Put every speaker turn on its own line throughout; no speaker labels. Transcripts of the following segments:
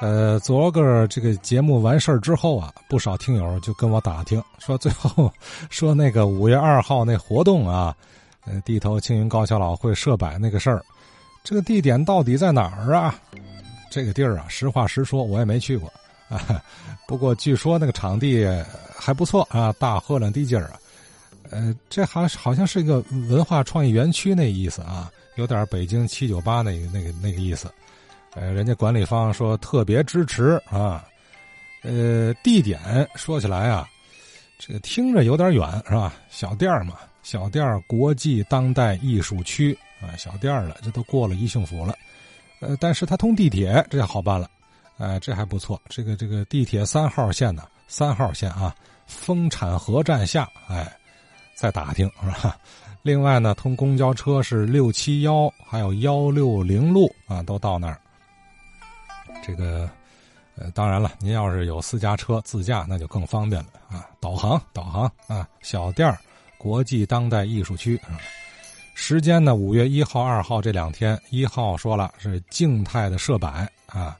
呃，昨个这个节目完事儿之后啊，不少听友就跟我打听说，最后说那个五月二号那活动啊，呃，地头青云高校老会社摆那个事儿，这个地点到底在哪儿啊？这个地儿啊，实话实说，我也没去过啊。不过据说那个场地还不错啊，大荷兰地界儿啊。呃，这还好像是一个文化创意园区那意思啊，有点北京七九八那个那个那个意思。呃，人家管理方说特别支持啊。呃，地点说起来啊，这个听着有点远是吧？小店儿嘛，小店儿国际当代艺术区啊，小店儿了，这都过了一幸福了。呃，但是它通地铁，这好办了，哎，这还不错。这个这个地铁三号线呢，三号线啊，丰产河站下，哎，再打听是吧？另外呢，通公交车是六七幺，还有幺六零路啊，都到那儿。这个，呃，当然了，您要是有私家车自驾，那就更方便了啊。导航，导航啊，小店儿，国际当代艺术区啊。时间呢，五月一号、二号这两天，一号说了是静态的设摆啊，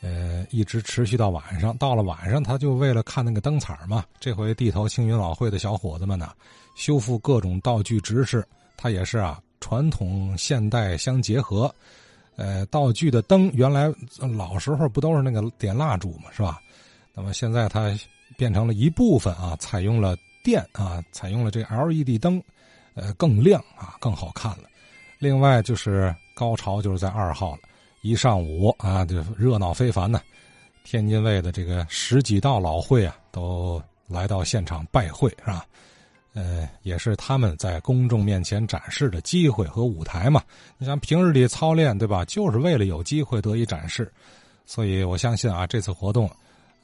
呃，一直持续到晚上。到了晚上，他就为了看那个灯彩儿嘛，这回地头青云老会的小伙子们呢，修复各种道具知识，他也是啊，传统现代相结合。呃，道具的灯原来老时候不都是那个点蜡烛嘛，是吧？那么现在它变成了一部分啊，采用了电啊，采用了这 LED 灯，呃，更亮啊，更好看了。另外就是高潮就是在二号了，一上午啊，就热闹非凡呢、天津卫的这个十几道老会啊，都来到现场拜会，是吧？呃，也是他们在公众面前展示的机会和舞台嘛。你像平日里操练，对吧？就是为了有机会得以展示。所以我相信啊，这次活动，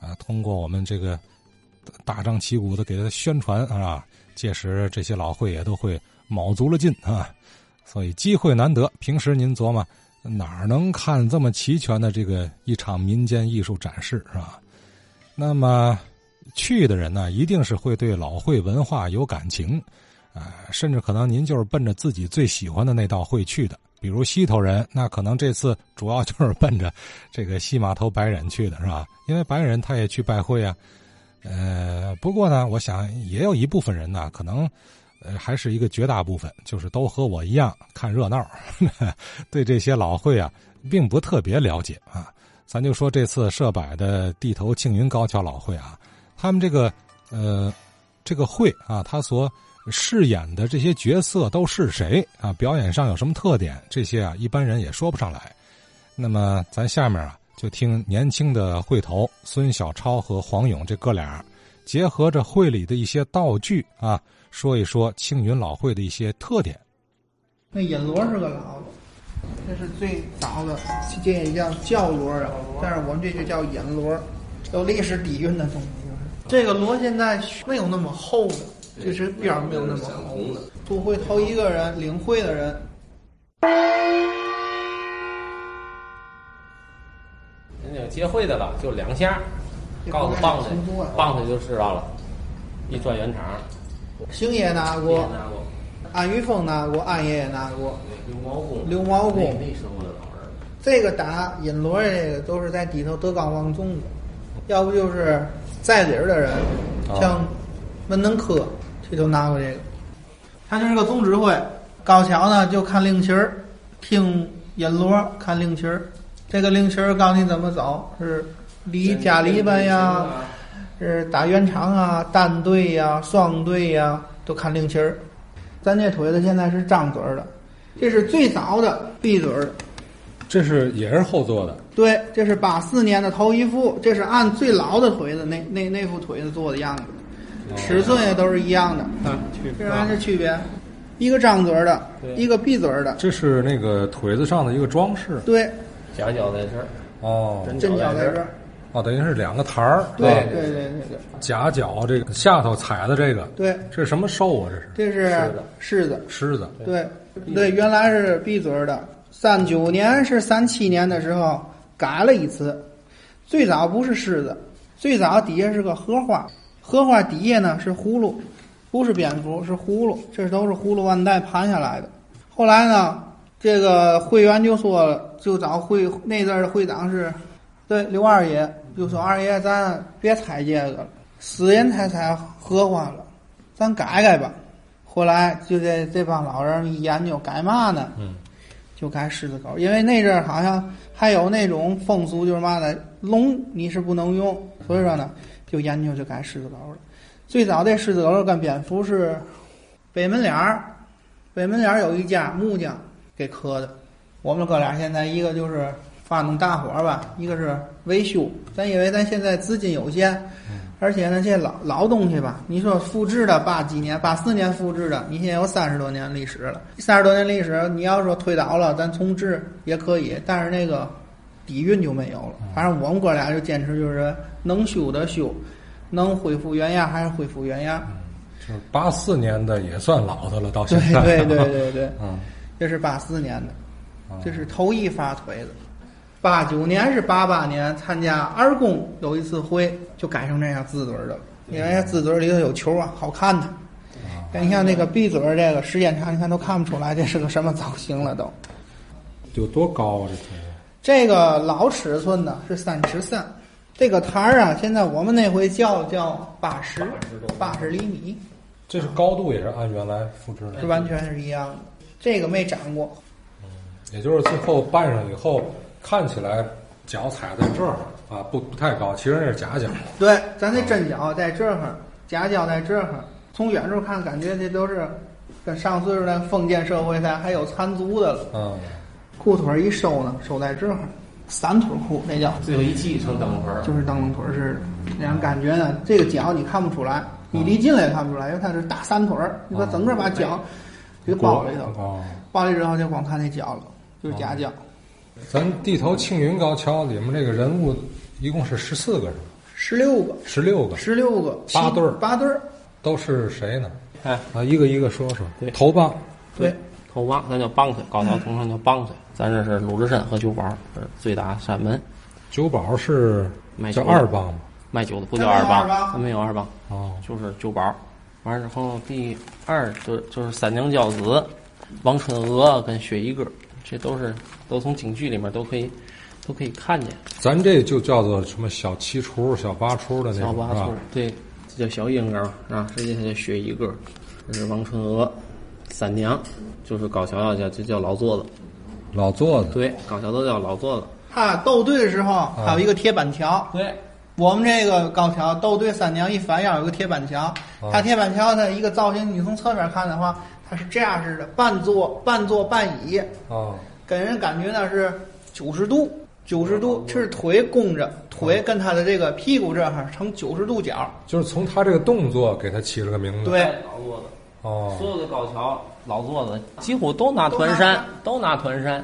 啊，通过我们这个大张旗鼓的给他宣传啊，届时这些老会也都会卯足了劲啊。所以机会难得，平时您琢磨哪儿能看这么齐全的这个一场民间艺术展示是吧？那么去的人呢，一定是会对老会文化有感情，啊、甚至可能您就是奔着自己最喜欢的那道会去的。比如西头人，那可能这次主要就是奔着这个西码头白人去的，是吧？因为白人他也去拜会啊。呃，不过呢，我想也有一部分人呢，可能，呃，还是一个绝大部分，就是都和我一样看热闹， 对这些老会啊，并不特别了解啊。咱就说这次设摆的地头庆云高桥老会啊，他们这个呃这个会啊，他所饰演的这些角色都是谁啊？表演上有什么特点？这些啊，一般人也说不上来。那么咱下面啊，就听年轻的会头孙小超和黄勇这哥俩，结合着会里的一些道具啊，说一说青云老会的一些特点。
那野螺是个老的，这是最早的，这也叫叫螺啊，但是我们这就叫野螺，有历史底蕴的东西。就是这个螺现在没有那么厚的，就是边哎儿没有那么厚。不会头一个人领会的人，
那种接会的了，就两下，
也不
告诉棒子
难读啊，
棒子就知道了，一转圆肠。
星爷拿
也
过，
拿过，
安玉峰拿过，安爷也拿过，
刘毛公，
刘毛
那
公。
那时候的老人，
这个打引罗这个都是在底头德高望重的，要不就是在理儿的人，
哦
像门能科这都拿过这个。他就是个总指挥，高桥呢就看令旗儿，听引罗看令旗儿。这个令旗儿告诉你怎么走，是离家篱笆呀，是打圆场啊，单队呀、双队呀，都看令旗儿。咱这腿子现在是张嘴儿的，这是最早的闭嘴儿的。
这是也是后做的，
对，这是八四年的头一副，这是按最老的腿子那那那副腿子做的样子，尺寸也都是一样的，
啊，去
这还是区别，一个张嘴儿的，
对
一个闭嘴儿的，
这是那个腿子上的一个装饰
对，
夹脚在这儿，
哦
针脚在
在
这儿，，哦
哦，等于是两个台儿，
对
啊
对对对对
夹脚这个下头踩的这个，
对，
这是什么兽啊？这是
这是柿子，
狮子，
对对，原来是闭嘴儿的，三九年是三七年的时候改了一次，最早不是狮子，最早底下是个荷花，荷花底下呢是葫芦，不是蝙蝠是葫芦，这都是葫芦腕带盘下来的。后来呢，这个会员就说了，就找会那阵儿的会长是对，刘二爷就说：“二爷，咱别采这个了，死人才采荷花了，咱改改吧。”后来就这这帮老人一研究，改嘛呢？
嗯，
就改狮子口，因为那阵儿好像还有那种风俗，就是嘛呢，龙你是不能用，所以说呢，就研究就改狮子口了。最早这狮子口跟蝙蝠是北门脸儿，北门脸儿有一家木匠给刻的。我们哥俩现在一个就是发动大伙儿吧，一个是维修。咱因为咱现在资金有限，而且呢，这老老东西吧，你说复制的八几年、八四年复制的，你现在有三十多年历史了。三十多年历史，你要说推倒了，咱重置也可以，但是那个底蕴就没有了。反正我们哥俩就坚持，就是能修的修，能恢复原样还是恢复原样。
就是八四年的也算老的了，到
对
现在。
对 对对对，
嗯，
这是八四年的。
嗯，
这是头一发腿子。八九年是八八年参加二宫有一次会，就改成这样字嘴儿的了，因为字嘴儿里头有球啊，好看的。
啊
但你像那个闭嘴儿这个，时间长你看都看不出来这是个什么造型了都。
有多高啊？这腿
这个老尺寸呢是三尺三，这个台儿啊，现在我们那回叫叫八十
80多
八十厘米，
这是高度也是按原来复制
是
的，
完全是一样的。这个没长过，
也就是最后拌上以后，看起来脚踩在这儿啊，不不太高，其实那是夹脚。
对，咱这针脚在这儿，夹脚在这儿，从远处看感觉这都是跟上岁数的封建社会的还有缠足的了。
嗯，
裤腿一收呢，收在这儿，散腿裤那叫，
最后一系成灯盆儿，
就是灯笼腿似的。让人感觉呢，这个脚你看不出来，你离近了也看不出来，因为它是大散腿
哦
儿，你把整个把脚给包里头，
啊。
包里之后就光看那脚了，就是夹脚。
哦咱地头庆云高跷里面这个人物一共是十四个是吧？
十六个，
十六个
十六个，
八对儿
八对儿，
都是谁呢？
哎，
啊，一个一个说说
对。
头棒，
对，
头棒，咱叫棒槌，高桥通常叫棒槌。咱这是鲁智深和酒保，呃最打山门
九宝是
卖
叫
酒的
二棒吗？
卖酒的不叫二
咱没有
棒
二，棒
咱没有二棒，
哦，
就是酒保。完了之后，第二就就是三娘教子，王春娥跟薛一哥，这都是都从京剧里面都可以都可以看见。
咱这就叫做什么小七出、小八出的那
小
种
八
是吧
岁，？对，这叫小婴儿啊，实际上叫薛一个，这是王春娥，三娘，就是高桥要啊叫就叫老座子，
老座子，
对，高桥都叫老座子，
他斗队的时候还有一个铁板桥，
对，
我们这个高桥斗对三娘一反腰有个铁板桥，
哦
它铁板桥的一个造型，你从侧面看的话，它是这样式的，半坐半坐半倚，
啊，
给人感觉呢是九十度，九十度
嗯
是腿弓着，腿跟他的这个屁股这儿成九十度角。
就是从他这个动作给他起了个名字。
对，
老座子。所
哦，
有的高桥老座子几乎都拿团山，都拿团山。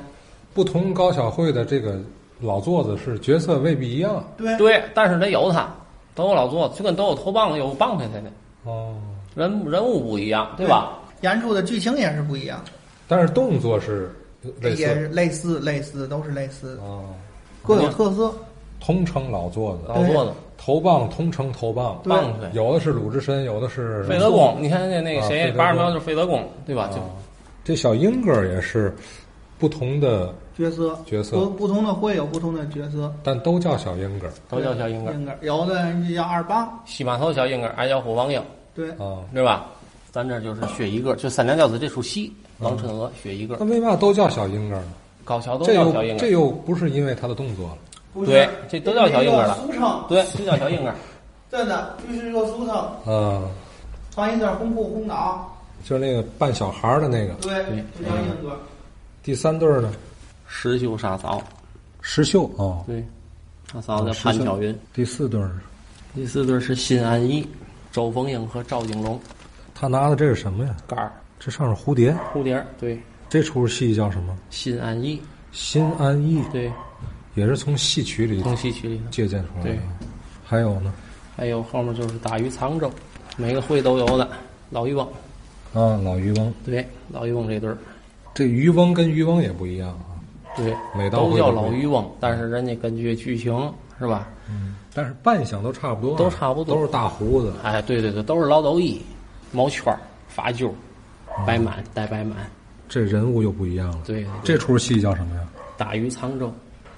不同高小慧的这个老座子是角色未必一样。
对，
对，但是得有他，都有老座子，就跟都有头棒子、有棒槌似的，
哦，
人人物不一样，对吧？
演出的剧情也是不一样，
但是动作是类
哎也
似
是类似类似都是类似，
嗯
哦，
各有特色。
通称老座子，
老座子、
头棒通称头棒，
对
棒槌、
有的是鲁智深，有的是
费德公，你看那那个
啊费
谁，
德
八十
公
苗就是费德啊公，对吧？就
这小英格儿也是不同的，
角色
角色
不不同的会有不同的角色，
但都叫小英格儿
都叫小婴儿。
应该有的人就叫二棒，
西嗯马头小婴儿，矮脚虎王英，
对，
啊。
对吧？咱这就是薛一个，就三娘教子这出戏，王春娥、薛一个
那，为嘛都叫小英格儿呢？
高桥都
这
叫小婴
又这
儿，
又不是因为他的动作了，
不是
对这都叫小婴儿了
这是一个俗称，
对，就叫小婴儿。
真的，这是一个俗称，
嗯，
穿一件红裤红袄，
就是那个扮小孩儿的那个。
对，就叫硬哥。
第三对儿呢，
石秀杀嫂，
石秀哦。
对，啊他嫂子叫潘巧云。
第四对儿，
第四对是辛安逸、周凤英和赵景龙。
他拿的这是什么呀？
杆儿
这上面蝴蝶。
蝴蝶儿，对，
这出戏叫什么？
辛安逸，
心安逸，
对，
也是从戏曲里
从戏曲里头。
借鉴出来的
对。
还有呢，
还有后面就是打鱼沧州，每个会都有的。老渔翁，
啊，老渔翁，
对，老渔翁这对儿，
这渔翁跟渔翁也不一样啊，
对，
每到
都
会
叫
都
老
会
渔翁，但是人家根据剧情是吧？
但是扮相都差不多啊，
都差不多
都是大胡子。
哎，对对对，都是老斗衣、毛圈儿、发揪儿、白满戴白满，
这人物又不一样了。
对，对
这出戏叫什么呀？
打鱼沧州，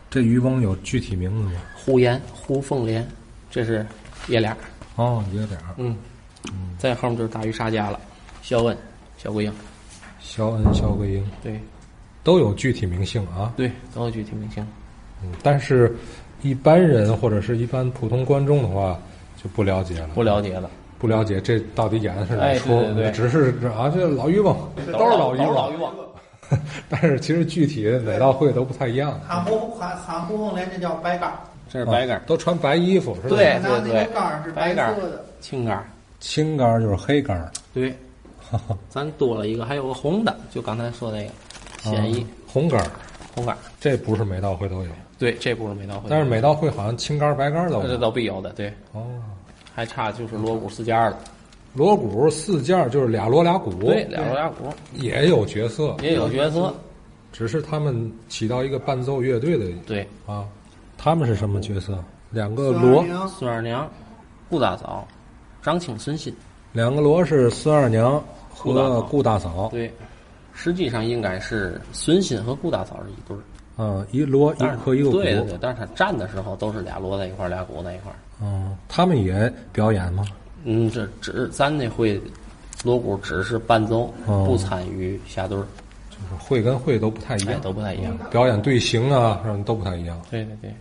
这渔翁有具体名字吗？
呼延、呼凤连，这是爷俩。
哦，爷俩儿，
嗯，再后面就是大鱼沙家了，肖恩、小桂英，
肖恩、肖桂英
对
都有具体名姓啊。
对，都有具体明星。
嗯，但是一般人或者是一般普通观众的话就不了解了，
不了解了，
不了解这到底演的是哪
哎
出，
对对对
只是啊，这老渔翁，这都是老渔
老
翁
渔，网。
但是其实具体哪道会都不太一样。
喊呼喊喊呼凤莲，这叫白杆儿，
这是白杆儿
啊、都穿白衣服是吧？
对
拿那个杆儿是白
白杆
色的，
青杆儿，
青杆儿就是黑杆儿，啊
对， 咱多了一个，还有个红的，就刚才说那个显一
啊红杆儿，
红杆儿。
这不是每道会都有，
对，这不是没到会，
但是每道会好像青杆儿白杆儿都
这
有。
倒必有的，对，
哦，
还差就是锣鼓四件儿了，
锣鼓四件儿就是俩锣俩鼓，
对，俩锣俩鼓
也有角色，
也有角色，
哦只是他们起到一个伴奏乐队的
对，
啊，他们是什么角色？两个
四
锣
二，零
孙二娘、顾大嫂、张青、孙信，
两个锣是孙二娘和顾
顾
大嫂，
对，实际上应该是孙信和顾大嫂是一对儿，
啊，一锣一
但是
颗一个
对对对
鼓，，
但是他站的时候都是俩锣在一块儿，俩鼓在一块儿。
嗯，他们也表演吗？
嗯，这只咱那会锣鼓只是伴奏，
哦
不参与下对儿，
就是会跟会都不太一
哎，
样，
都不太一样。
表演队形啊什么都不太一样。
对对对，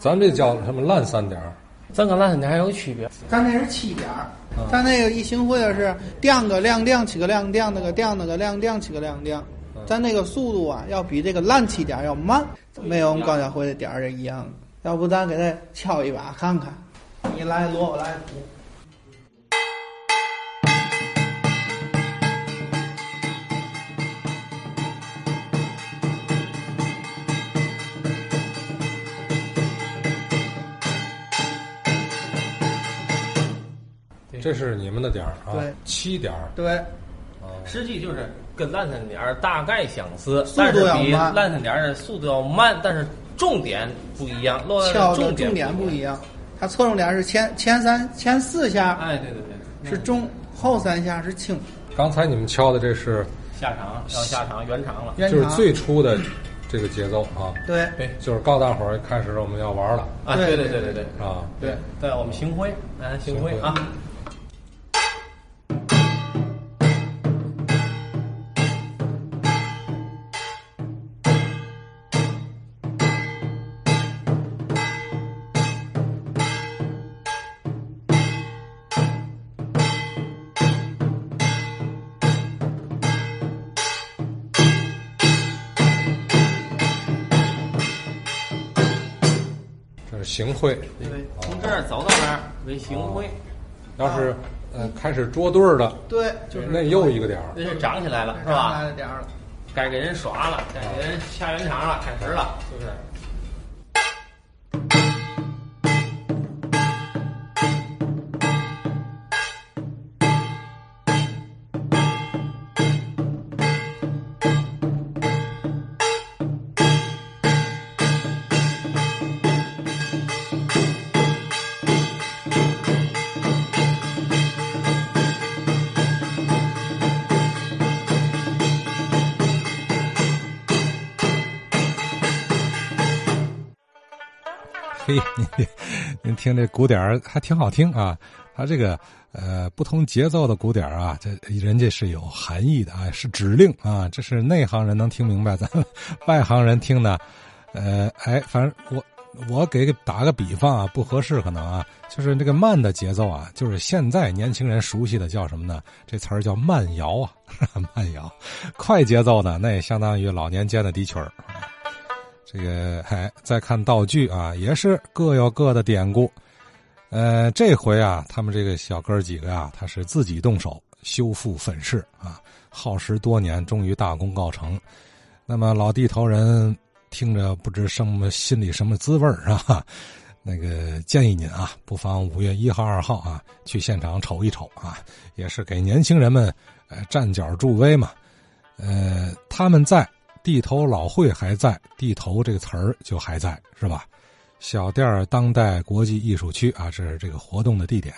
咱这叫什么烂三点儿？
咱跟烂三点还有区别，
咱那是七点儿，咱那个一行会的是亮个亮亮起个亮亮那个亮那个亮亮起个亮亮，咱那个速度啊要比这个烂七点儿要慢，没有我们高小会的点儿是一样的。要不咱给他敲一把看看，你来锣我来鼓，
这是你们的点儿啊
对，
七点儿
对，
实际就是跟烂三点儿大概相似，
速
但
度
是
要慢
比烂三点儿的速度要慢，但是重点不一样，落在
敲的
重
重点
点
不一
样。
样，它侧重点是前前三前四下
哎，对对对，
是重，后三下是轻，
刚才你们敲的这是
下场要下场圆场了。
圆
就是
场
最初的这个节奏啊，
对
对
就是告诉大伙儿开始我们要玩了
啊，
对
对对对对
啊。
对，对我们行徽，哎，行徽
行徽
啊，
这是行会，
对，从这儿走到那儿为行徽，
要是呃开始捉对儿的，
对，就是
那又一个点儿。
那是长起来了是
上来
吧？
的点儿了。
该给人耍了，该给人下圆场了，开始了，就是。
嘿，您您听这鼓点儿还挺好听啊，它这个呃不同节奏的鼓点儿啊，这人家是有含义的啊，是指令啊，这是内行人能听明白，咱们 外行人听呢，呃，哎，反正我。我给个打个比方啊，不合适可能啊，就是这个慢的节奏啊，就是现在年轻人熟悉的叫什么呢？这词儿叫慢摇啊， 慢摇。快节奏呢，那也相当于老年间的低曲儿。这个哎，再看道具啊，也是各有各的典故。呃，这回啊，他们这个小哥儿几个啊，他是自己动手修复粉饰啊，耗时多年，终于大功告成。那么老地头人听着不知什么心里什么滋味儿啊， 那个建议您啊，不妨五月一号、二号啊去现场瞅一瞅啊，也是给年轻人们呃站脚助威嘛。呃，他们在，地头老会还在，地头这个词儿就还在，是吧？小店儿当代国际艺术区啊，这是这个活动的地点。